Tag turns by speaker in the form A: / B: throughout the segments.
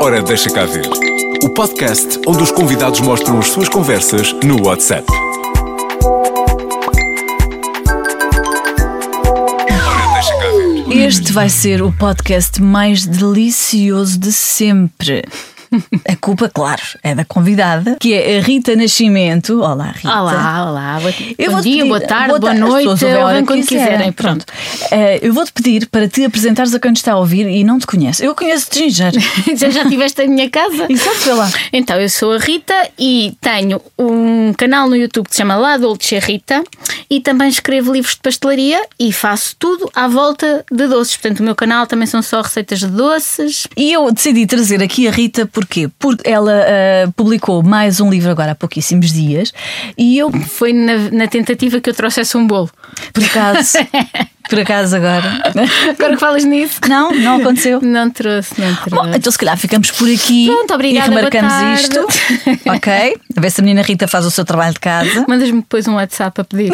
A: Ora, deixa cá ver. O podcast onde os convidados mostram as suas conversas no WhatsApp. Ora, deixa cá ver.
B: Este vai ser o podcast mais delicioso de sempre. A culpa, claro, é da convidada, que é a Rita Nascimento. Olá, Rita.
C: Olá, olá. Boa,
B: Eu
C: bom
B: vou-te
C: dia,
B: pedir-
C: boa tarde, boa,
B: ta- as
C: noite.
B: pessoas ouvem a hora
C: Ouvem
B: que
C: quando quiserem. Pronto.
B: Eh, eu vou-te pedir para te apresentares a quem nos está a ouvir e não te conhece. Eu conheço-te já.
C: Já já tiveste a minha casa?
B: Exato, vê lá.
C: Então, eu sou a Rita e tenho um canal no YouTube que se chama La Dolce Rita e também escrevo livros de pastelaria e faço tudo à volta de doces. Portanto, o meu canal também são só receitas de doces.
B: E eu decidi trazer aqui a Rita porquê? Porque ela eh, publicou mais um livro agora há pouquíssimos dias e eu,
C: Foi na, na tentativa que eu trouxesse um bolo.
B: por acaso, por acaso agora.
C: Agora que falas nisso.
B: Não, não aconteceu.
C: Não trouxe, não trouxe.
B: Bom, então se calhar ficamos por aqui
C: Pronto, obrigada,
B: e remarcamos
C: boa tarde.
B: isto. ok? A ver se a menina Rita faz o seu trabalho de casa.
C: Mandas-me depois um WhatsApp a pedir.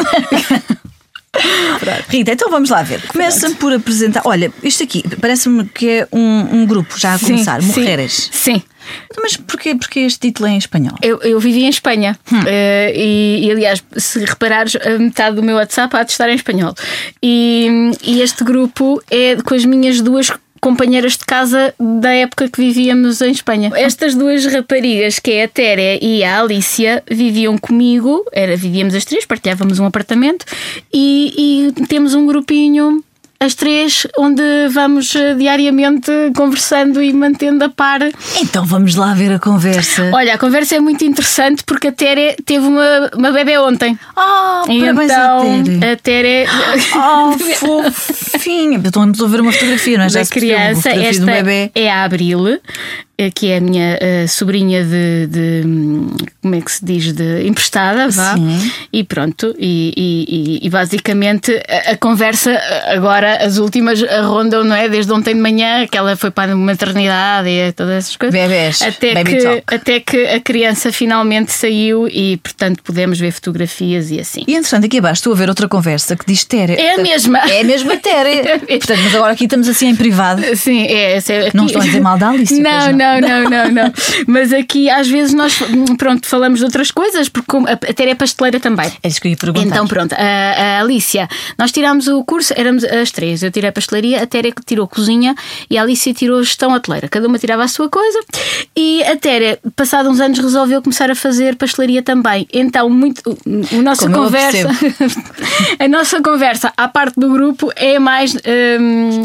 B: Rita, então vamos lá ver. Começa por apresentar. Olha, isto aqui parece-me que é um, um grupo já a começar,
C: Sim, sim.
B: Morreres.
C: Sim.
B: Mas porquê, porquê este título é em espanhol?
C: Eu, eu vivi em Espanha Eh, e, e, aliás, se reparares, a metade do meu WhatsApp há de estar em espanhol. E, e este grupo é com as minhas duas companheiras de casa da época que vivíamos em Espanha. Estas duas raparigas, que é a Téria e a Alicia, viviam comigo, era, vivíamos as três, partilhávamos um apartamento e, e temos um grupinho. As três, onde vamos eh, diariamente conversando e mantendo a par
B: Então vamos lá ver a conversa.
C: Olha, a conversa é muito interessante porque a Tere teve uma, uma bebê ontem.
B: Oh, parabéns à
C: então,
B: Tere.
C: a Tere.
B: Oh, fofinha. Eu Estou estou a ver uma fotografia, não é? Já
C: da
B: se percebeu, uma
C: criança,
B: fotografia do
C: esta
B: bebê.
C: é a Abril, eh, que é a minha eh, sobrinha de, de, hum, Como é que se diz? De emprestada, vá.
B: Sim.
C: E pronto, e, e- e- e basicamente a, a conversa eh, agora, as últimas eh, rondam, não é? Desde ontem de manhã, que ela foi para a maternidade e todas essas coisas.
B: Bebés,
C: até
B: baby
C: que,
B: talk.
C: até que a criança finalmente saiu e, portanto, podemos ver fotografias e assim.
B: E entretanto, aqui abaixo estou a ver outra conversa que diz Tere.
C: É a mesma.
B: É a mesma Tere. Portanto, mas agora aqui estamos assim em privado.
C: Sim, é. essa é-
B: Não
C: aqui-
B: estou a dizer mal da Alice,
C: Não,
B: pois
C: não, não, não, não. Mas aqui às vezes nós, hum, pronto, falamos de outras coisas, porque como- a a Tere é pasteleira também.
B: É isso que eu ia perguntar.
C: Então pronto, a, a Alicia, nós tirámos o curso, éramos as três. Eu tirei a pastelaria, a Tere tirou cozinha e a Alicia tirou gestão hoteleira. Cada uma tirava a sua coisa. E a Tere, passados uns anos, resolveu começar a fazer pastelaria também. Então, muito. O, o nossa
B: Como eu
C: conversa. a nossa conversa à parte do grupo é mais hum,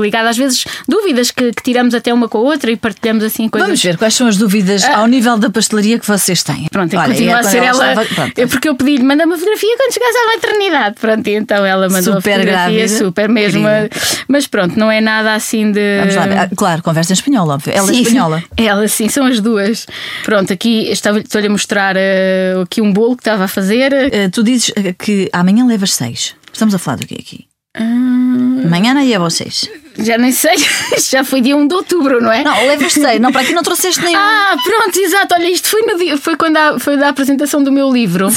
C: ligada às vezes dúvidas que, que tiramos até uma com a outra e partilhamos assim coisas. Ah.
B: Vamos ver quais são as dúvidas ao nível da pastelaria que vocês têm.
C: Pronto, e
B: Olha,
C: continua
B: é
C: a
B: quando
C: ser ela.
B: estava- pronto.
C: é porque eu pedi-lhe, manda uma fotografia quando chegares à maternidade. Pronto, e então ela mandou
B: Super
C: a fotografia,
B: grávida.
C: super mesmo.
B: Querida.
C: Mas pronto, não é nada assim de.
B: Vamos lá. ver. Ah, Claro, conversa em espanhol, óbvio. Ela é
C: Sim,
B: espanhola.
C: Ela, sim, são as duas. Pronto, aqui estava- estou-lhe a mostrar eh, aqui um bolo que estava a fazer.
B: Ah, tu dizes ah, que amanhã levas seis. Estamos a falar do quê aqui?
C: Ah.
B: Amanhã não levo seis.
C: Já nem sei, já foi dia 1 de outubro, não é?
B: Não, levas seis. Não, para aqui não trouxeste nenhum.
C: Ah, pronto, exato. Olha, isto foi, no dia- foi quando a, foi da apresentação do meu livro,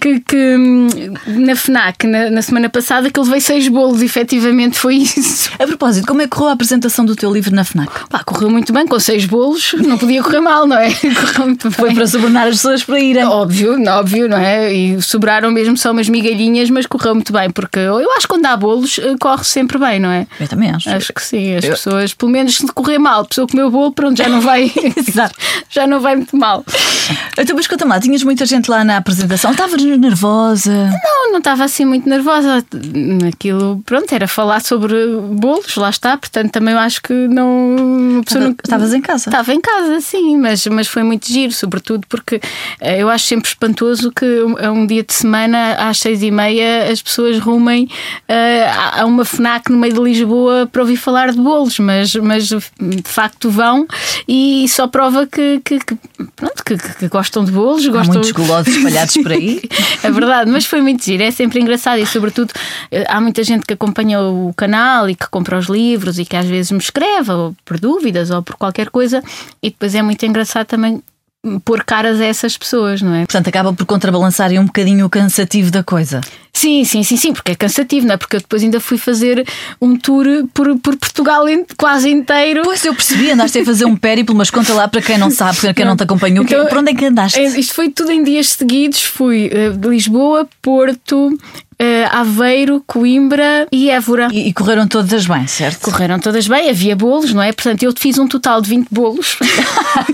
C: que, que, hum, na FNAC, na, na semana passada, que eu levei seis bolos, efetivamente foi isso.
B: A propósito, como é que correu a apresentação do teu livro na FNAC?
C: Pá, correu muito bem, com seis bolos, não podia correr mal, não é? Correu muito
B: Foi
C: bem. Oh.
B: para subornar as pessoas para irem.
C: Óbvio, óbvio, não é? E sobraram mesmo só umas migalhinhas, mas correu muito bem, porque eu acho que quando há bolos eh, corre sempre bem, não é?
B: Eu também acho.
C: Acho que sim, as pessoas, pelo menos se correr mal, a pessoa comeu bolo, pronto, já não vai,
B: Exato.
C: já não vai muito mal.
B: Então, mas conta-me lá, tinhas muita gente lá na apresentação. Estavas nervosa.
C: Não, não estava assim muito nervosa. Aquilo, pronto, era falar sobre bolos, lá está. Portanto, também eu acho que não. a pessoa não- Tá,
B: Estavas em casa.
C: Estava em casa, sim, mas, mas foi muito giro, sobretudo porque eh, eu acho sempre espantoso que um, a um dia de semana, às seis e meia, as pessoas rumem eh, a a uma FNAC no meio de Lisboa para ouvir falar de bolos, mas, mas de facto vão e só prova que, que- que- pronto, que, que- que gostam de bolos,
B: Há
C: gostam
B: muitos gulosos espalhados por aí.
C: é verdade, mas foi muito giro, é sempre engraçado e, sobretudo, eh, há muita gente que acompanha o canal e que compra os livros e que às vezes me escreve ou por dúvidas ou por qualquer coisa, e depois é muito engraçado também pôr caras a essas pessoas, não é?
B: Portanto, acaba por contrabalançarem um bocadinho o cansativo da coisa.
C: Sim, sim, sim, sim, porque é cansativo, não é? Porque eu depois ainda fui fazer um tour por, por Portugal in- quase inteiro.
B: Pois eu percebi, andaste a fazer um périplo, mas conta lá para quem não sabe, para quem não te acompanhou, que-
C: Então,
B: por onde é que andaste?
C: É, Isto foi tudo em dias seguidos. Fui eh, de Lisboa, Porto, eh, Aveiro, Coimbra e Évora.
B: E, e correram todas bem, certo?
C: Correram todas bem, havia bolos, não é? Portanto, eu fiz um total de 20 bolos.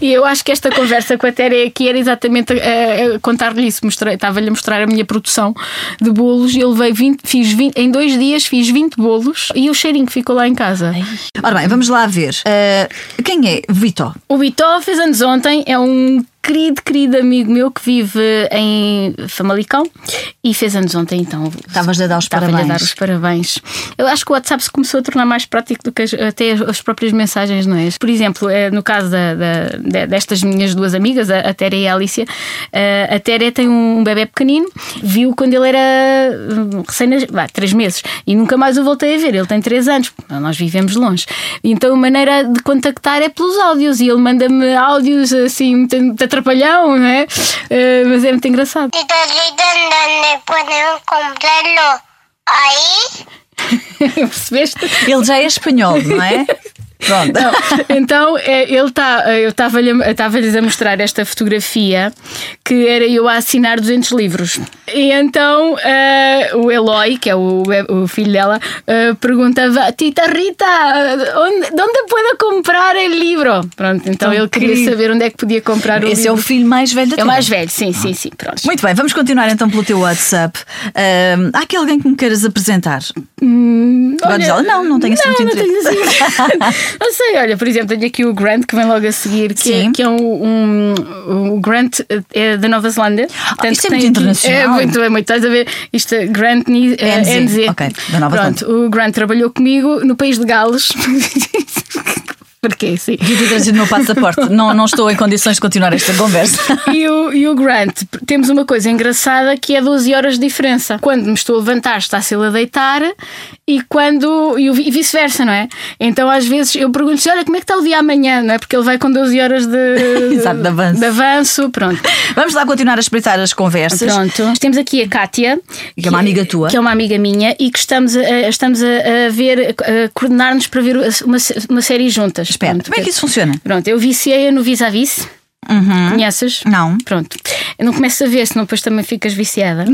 C: e eu acho que esta conversa com a Tere aqui era exatamente a, a- a contar-lhe isso. Mostrei- Estava-lhe a mostrar a minha produção de bolos. Eu levei 20, fiz 20, em dois dias fiz 20 bolos e o cheirinho que ficou lá em casa.
B: Ora bem, vamos lá ver. Ah, quem é Vitó?
C: O Bitó fez anos ontem, é um querido, querido amigo meu que vive em Famalicão e fez anos ontem, então.
B: Estavas-lhe a dar os
C: Estava-lhe a
B: parabéns.
C: dar os parabéns. Eu acho que o WhatsApp se começou a tornar mais prático do que as- até as, as próprias mensagens, não é? Por exemplo, eh, no caso da- da- de- destas minhas duas amigas, a, a Tere e a Alicia, eh, a Tere tem um bebê pequenino, viu quando ele era hum, recém nas- vá, três meses e nunca mais o voltei a ver. Ele tem três anos, nós vivemos longe. Então a maneira de contactar é pelos áudios e ele manda-me áudios assim, muito, muito atrapalhão, não é? Eh, mas é muito engraçado.
D: Y te gritan donde pueden comprarlo. Ahí.
C: Percebeste?
B: Ele já é espanhol, não é? Pronto.
C: Então eh, ele tá, eh, eu estava-lhe a- estava-lhes a mostrar esta fotografia que era eu a assinar 200 livros. E então eh, o Eloy, que é o, o filho dela, eh, perguntava: Tita Rita, onde, de onde puedo comprar o livro? Pronto,
B: Tão
C: então ele queria
B: querido.
C: saber onde é que podia comprar o
B: Esse é
C: livro.
B: o filho mais velho da
C: É o
B: Terra.
C: mais velho, sim, sim, sim, pronto.
B: Muito bem, vamos continuar então pelo teu WhatsApp. Ahm, há aqui alguém que me queiras apresentar? Agora diz ela, não, não tenho assim muito
C: não
B: interesse.
C: tenho assim. não sei, olha, por exemplo, tenho aqui o Grant que vem logo a seguir, que, é,
B: Sim.
C: que é um, um- o Grant é da Nova Zelândia. Portanto,
B: isto é
C: tem
B: muito
C: aqui-
B: internacional.
C: É muito, é muito. Estás a ver? Isto é Grant Ni- eh,
B: NZ,
C: NZ.
B: ok, da Nova
C: Pronto, o Grant trabalhou comigo no país de Gales. é assim. Porquê, sim.
B: Devia ter trazido o meu passaporte. Não, não estou em condições de continuar esta conversa.
C: E o, e o Grant, temos uma coisa engraçada que é 12 horas de diferença. Quando me estou a levantar, está-se ele a deitar e quando. e o- e vice-versa, não é? Então às vezes eu pergunto-lhe: olha, como é que está o dia amanhã, não é? Porque ele vai com 12 horas de.
B: Exato, de avanço.
C: de avanço, pronto.
B: Vamos lá continuar a espreitar as conversas.
C: Pronto. Temos aqui a Kátia.
B: Que é uma amiga tua.
C: Que é uma amiga minha e que estamos a, estamos a, a ver, a coordenar-nos para ver uma, uma série juntas.
B: Espera,
C: Pronto,
B: como é que isso funciona?
C: Pronto, eu viciei-a no vis-a-vis. Conheces?
B: Uhum. Não.
C: Pronto. Eu não começo a ver, senão depois também ficas viciada.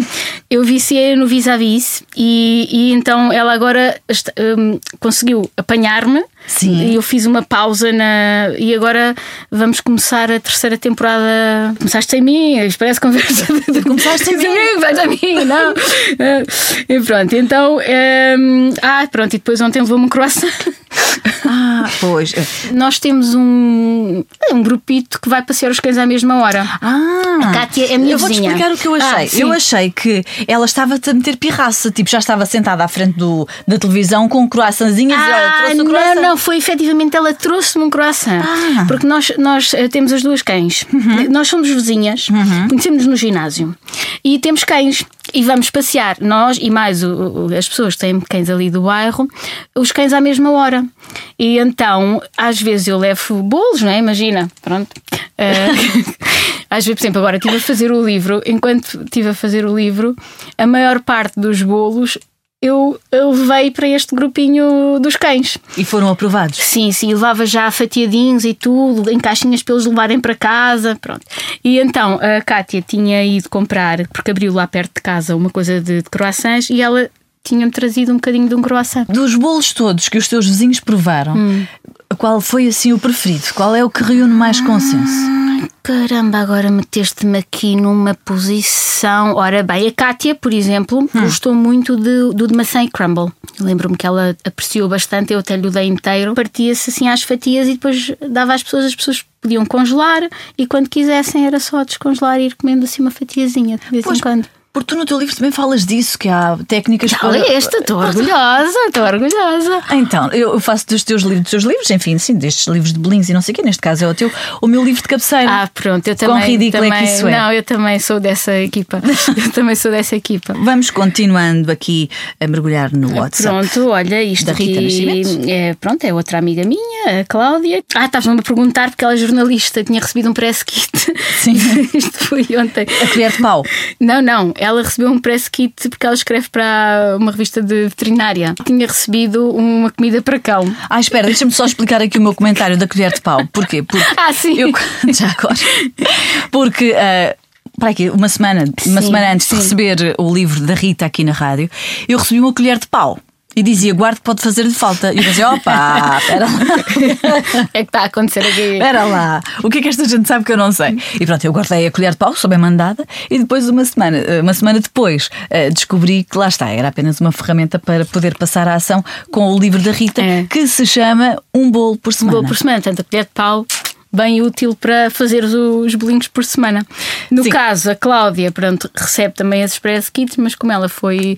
C: Eu viciei no vis-a-vis e, e então ela agora est- hum, conseguiu apanhar-me.
B: Sim.
C: E eu fiz uma pausa na. E agora vamos começar a terceira temporada. Começaste sem mim, isto parece conversa de.
B: Começaste sem mim.
C: Vais a mim, não. É. e pronto, então. hum, ah, pronto, e depois ontem levou-me um croissant.
B: Ah, pois.
C: Nós temos um, um grupito que vai passear os cães à mesma hora.
B: Ah,
C: A Cátia é a minha
B: Eu vou-te
C: vizinha.
B: explicar o que eu
C: Ah,
B: achei.
C: sim.
B: eu achei que ela estava-te a meter pirraça, tipo, já estava sentada à frente do, da televisão com um
C: Ah,
B: croissantzinho e olha, trouxe o croissant.
C: não, não, foi efetivamente ela trouxe-me um croissant.
B: Ah.
C: Porque nós, nós eh, temos as duas cães. Eh, Nós somos vizinhas, conhecemos-nos no ginásio e temos cães. E vamos passear, nós e mais o- o- as pessoas que têm cães ali do bairro, os cães à mesma hora. E então, às vezes eu levo bolos, não é? Imagina, pronto. Eh, às vezes, por exemplo, agora estive a fazer o livro, enquanto estive a fazer o livro, a maior parte dos bolos eu eu levei para este grupinho dos cães.
B: E foram aprovados.
C: Sim, sim, levava já fatiadinhos e tudo, em caixinhas para eles levarem para casa, pronto. E então a Kátia tinha ido comprar, porque abriu lá perto de casa uma coisa de, de croissants e ela tinha-me trazido um bocadinho de um croissant.
B: Dos bolos todos que os teus vizinhos provaram, qual foi assim o preferido? Qual é o que reúne mais
C: Ah,
B: consenso?
C: Caramba, agora meteste-me aqui numa posição. Ora bem, a Kátia, por exemplo,
B: Hum.
C: gostou muito de- do de maçã e crumble. Lembro-me que ela apreciou bastante, eu até lhe o dei inteiro. Partia-se assim às fatias e depois dava às pessoas, as pessoas podiam congelar e quando quisessem era só descongelar e ir comendo assim uma fatiazinha de vez em quando.
B: porque tu no teu livro também falas disso, que há técnicas
C: Já leste, estou orgulhosa, estou orgulhosa.
B: Então, eu faço dos teus livros, dos teus livros, enfim, sim, destes livros de bolinhos e não sei o quê, neste caso é o teu, o meu livro de cabeceira.
C: Ah, pronto, eu
B: Quão
C: também.
B: ridículo é que
C: também-
B: isso é.
C: Não, eu também sou dessa equipa. eu também sou dessa equipa.
B: Vamos continuando aqui a mergulhar no WhatsApp.
C: Ah, Pronto, olha, isto
B: Da Rita
C: aqui
B: Nascimento.
C: é, pronto, é outra amiga minha a Cláudia. Ah, estavas-me a perguntar porque ela é jornalista, tinha recebido um press kit.
B: Sim.
C: Isto foi ontem.
B: A colher de pau.
C: Não, não. Ela recebeu um press kit porque ela escreve para uma revista de veterinária. Tinha recebido uma comida para cão.
B: Ah, espera, deixa-me só explicar aqui o meu comentário da colher de pau. Porquê? Porque
C: Ah, sim.
B: eu já agora. Porque. ah, para aqui, uma semana, uma
C: Sim,
B: semana antes
C: sim.
B: de receber o livro da Rita aqui na rádio, eu recebi uma colher de pau e dizia guarde pode fazer-lhe falta. E eu dizia, opa, espera lá.
C: É que está a acontecer aqui.
B: Espera lá, o que é que esta gente sabe que eu não sei? E pronto, eu guardei a colher de pau, sou bem mandada, e depois, uma semana, eh, uma semana depois, eh, descobri que lá está, era apenas uma ferramenta para poder passar a ação com o livro da Rita,
C: É.
B: que se chama Um Bolo por
C: Um
B: Semana.
C: bolo por semana, portanto, a colher de pau bem útil para fazer os- os bolinhos por semana. No
B: Sim.
C: caso, a Cláudia pronto, recebe também esses press kits, mas como ela foi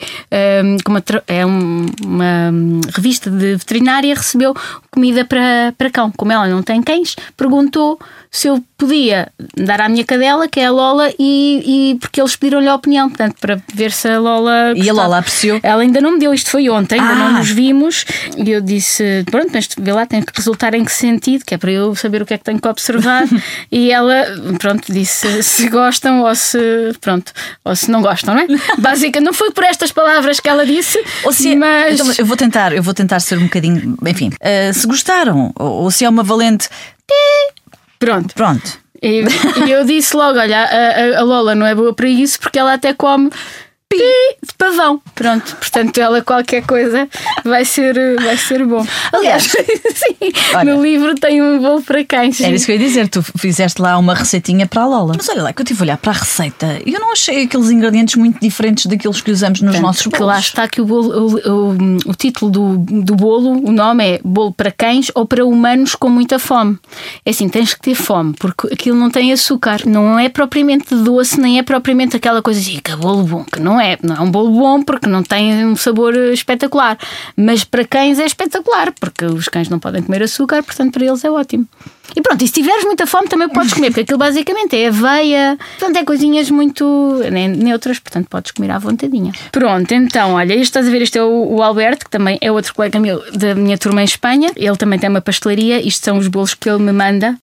C: hum, como a tra- é um- uma hum, revista de veterinária, recebeu comida para, para cão. Como ela não tem cães, perguntou se eu podia dar à minha cadela, que é a Lola, e, e- porque eles pediram-lhe a opinião, portanto, para ver se a Lola
B: E a
C: gostava.
B: Lola apreciou?
C: Ela ainda não me deu, isto foi ontem, ainda
B: Ah.
C: não nos vimos e eu disse: Pronto, mas vê lá, tem que resultar em que sentido, que é para eu saber o que é que tenho que observar. e ela, pronto, disse se gostam ou se, pronto, ou se não gostam, não é? Básica, não foi por estas palavras que ela disse,
B: Ou se,
C: mas.
B: então, eu vou tentar, eu vou tentar ser um bocadinho, enfim, eh, se gostaram, ou, ou se é uma valente,
C: Pronto,
B: pronto.
C: e, e eu disse logo: olha, a, a- a Lola não é boa para isso porque ela até come pi de pavão. Pronto, portanto, ela qualquer coisa vai ser, vai ser bom.
B: Aliás,
C: sim,
B: olha.
C: no livro tem um bolo para cães.
B: Era isso que eu ia dizer, tu fizeste lá uma receitinha para a Lola. Mas olha lá, que eu tive a olhar para a receita e eu não achei aqueles ingredientes muito diferentes daqueles que usamos nos
C: Portanto,
B: nossos
C: que
B: bolos.
C: lá está que o, bolo- o- o- o título do, do bolo, o nome é bolo para cães ou para humanos com muita fome. É assim, tens que ter fome, porque aquilo não tem açúcar, não é propriamente doce, nem é propriamente aquela coisa assim, que é bolo bom, que não é, não é um bolo bom porque não tem um sabor eh, espetacular. Mas para cães é espetacular, porque os cães não podem comer açúcar, portanto para eles é ótimo. E pronto, e se tiveres muita fome também podes comer, porque aquilo basicamente é aveia, portanto é coisinhas muito né, neutras, portanto podes comer à vontadinha. Pronto, então, olha, este estás a ver, este é o, o Alberto, que também é outro colega meu da minha turma em Espanha, ele também tem uma pastelaria, isto são os bolos que ele me manda,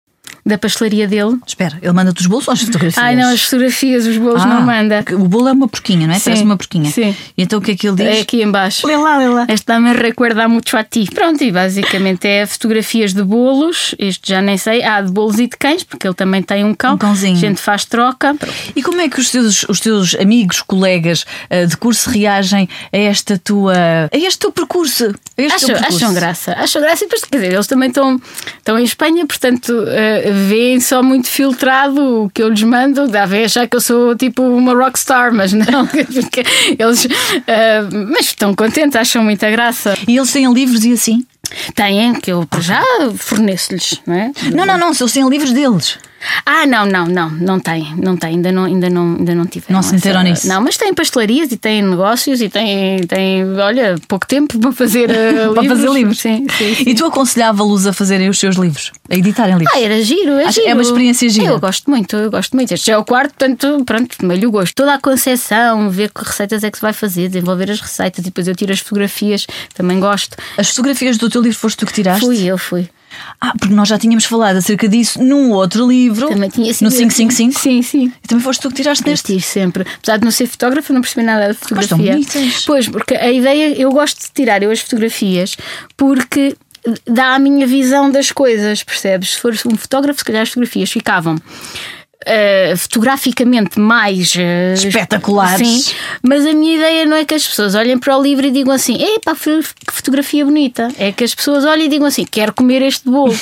C: da pastelaria dele.
B: Espera, ele manda-te os bolos ou as fotografias?
C: Ai não, as fotografias, os bolos
B: Ah,
C: não manda.
B: que O bolo é uma porquinha, não é?
C: Sim,
B: Parece uma porquinha.
C: sim.
B: E então o que é que ele diz?
C: É aqui em baixo.
B: Lê lá, lê lá.
C: Esta me recuerda muito a ti. Pronto, e basicamente é fotografias de bolos, este já nem sei, há de bolos e de cães, porque ele também tem um cão.
B: Um cãozinho.
C: A gente faz troca.
B: E como é que os teus, os teus amigos, colegas eh, de curso reagem a esta tua. a este teu percurso? A este
C: Acham,
B: teu é um percurso?
C: acham graça, acham graça e depois, quer dizer, eles também estão, estão em Espanha, portanto eh, veem só muito filtrado o que eu lhes mando, devem achar que eu sou tipo uma rockstar, mas não, porque eles eh, mas estão contentes, acham muita graça.
B: E eles têm livros e assim?
C: Têm, que eu para já forneço-lhes, não é?
B: Não, não, não, se eles têm livros deles.
C: Ah, não, não, não, não tem, não tem, ainda não, ainda não, ainda não tiveram.
B: Não se meteram
C: essa-
B: nisso.
C: Não, mas tem pastelarias e tem negócios e tem, tem olha, pouco tempo para fazer eh,
B: Para fazer livros.
C: Sim, sim, sim.
B: E tu aconselhava-los a fazerem os seus livros, a editarem livros.
C: Ah, era giro, é
B: Acho-
C: giro.
B: é uma experiência gira.
C: Eu gosto muito, eu gosto muito. Este já é o quarto, portanto, pronto, meio o gosto. Toda a concepção, ver que receitas é que se vai fazer, desenvolver as receitas e depois eu tiro as fotografias, também gosto.
B: As fotografias do teu livro foste tu que tiraste?
C: Fui, eu fui.
B: Ah, porque nós já tínhamos falado acerca disso num outro livro.
C: Também tinha sido
B: No
C: eu.
B: 555.
C: Sim, sim.
B: E também foste tu que tiraste
C: Eu
B: neste.
C: tiro sempre. Apesar de não ser fotógrafa, não percebi nada de
B: Mas estão
C: fotografia.
B: bonitas.
C: pois, porque a ideia, eu gosto de tirar eu as fotografias porque dá a minha visão das coisas, percebes? Se fores um fotógrafo, se calhar as fotografias ficavam. eh, fotograficamente mais eh,
B: Espetaculares.
C: Sim, mas a minha ideia não é que as pessoas olhem para o livro e digam assim: epá, fo- que fotografia bonita. É que as pessoas olhem e digam assim: quero comer este bolo.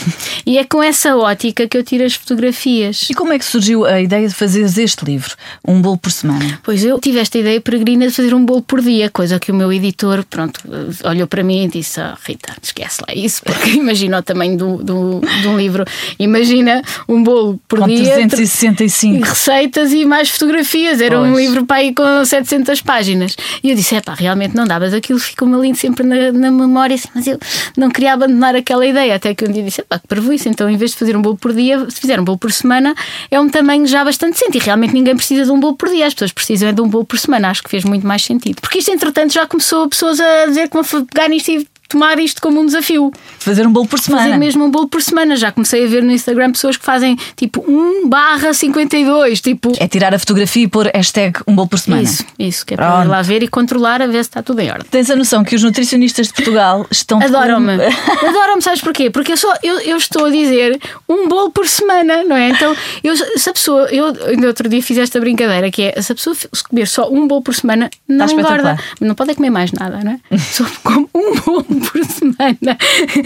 C: e é com essa ótica que eu tiro as fotografias.
B: E como é que surgiu a ideia de fazeres este livro, Um Bolo por Semana?
C: Pois eu tive esta ideia peregrina de fazer um bolo por dia, coisa que o meu editor, pronto, eh, olhou para mim e disse: "Ah, Rita, esquece lá isso, porque imagina o tamanho do, do, de um livro. Imagina um bolo por
B: Com
C: dia.
B: 365.
C: tre- Receitas e mais fotografias. Era um
B: Pois.
C: livro para aí com 700 páginas. E eu disse: é pá, realmente não dá, mas aquilo ficou-me ali sempre na, na memória. Assim, mas eu não queria abandonar aquela ideia. Até que um dia disse: é pá, que prejuízo. Então, em vez de fazer um bolo por dia, se fizer um bolo por semana, é um tamanho já bastante decente. E realmente ninguém precisa de um bolo por dia. As pessoas precisam é de um bolo por semana. Acho que fez muito mais sentido. Porque isto, entretanto, já começou pessoas a dizer que vão pegar nisto e tomar isto como um desafio.
B: Fazer um bolo por semana.
C: Fazer mesmo um bolo por semana. Já comecei a ver no Instagram pessoas que fazem tipo 1 barra 52. Tipo,
B: É tirar a fotografia e pôr hashtag um bolo por semana.
C: isso, isso, que é para
B: Pronto.
C: ir lá ver e controlar a ver se está tudo em ordem.
B: Tens a noção que os nutricionistas de Portugal estão.
C: Adoram-me. Adoram-me, sabes porquê? Porque eu, só, eu, eu estou a dizer um bolo por semana, não é? Então, eu, se a pessoa. Eu, ainda outro dia fiz esta brincadeira que é: se a pessoa fi- se comer só um bolo por semana, não
B: Está Tá espetacular.
C: engorda. Não pode é comer mais nada, não é? Só como um bolo por semana.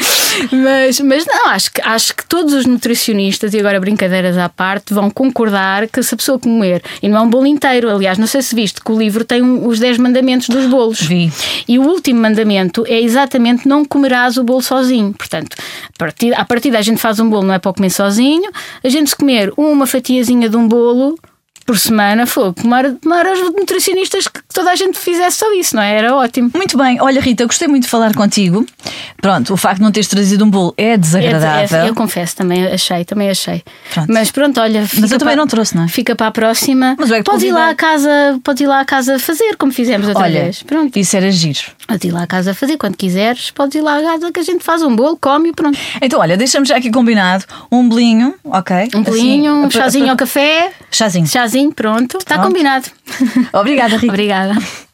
C: Mas, mas não, acho que, acho que todos os nutricionistas, e agora brincadeiras à parte, vão concordar que se a pessoa comer, e não é um bolo inteiro, aliás, não sei se viste que o livro tem um- os 10 mandamentos dos bolos.
B: Vi.
C: E o último mandamento é exatamente não comerás o bolo sozinho. Portanto, a partir, à partida a gente faz um bolo, não é para o comer sozinho. A gente se comer uma fatiazinha de um bolo por semana, foi tomar, tomar aos nutricionistas que toda a gente fizesse só isso, não é? Era ótimo.
B: Muito bem, olha Rita, eu gostei muito de falar contigo. Pronto, o facto de não teres trazido um bolo é
C: É- é-
B: desagradável.
C: eu confesso, também achei, também achei.
B: Pronto.
C: Mas pronto, olha, fica
B: eu também
C: para-
B: não trouxe, não é?
C: Fica para a próxima.
B: Mas eu é que
C: podes ir
B: convidar.
C: lá à casa, podes ir lá à casa fazer, como fizemos outra
B: olha,
C: vez. Pronto.
B: isso era giro.
C: Podes ir lá à casa fazer quando quiseres, podes ir lá à casa que a gente faz um bolo, come e pronto.
B: Então, olha, deixamos já aqui combinado um bolinho, ok?
C: Um bolinho,
B: Assim,
C: um chazinho ao café,
B: Chazinho.
C: chazinho, pronto. Está
B: Pronto.
C: combinado.
B: Obrigada, Rita.
C: Obrigada.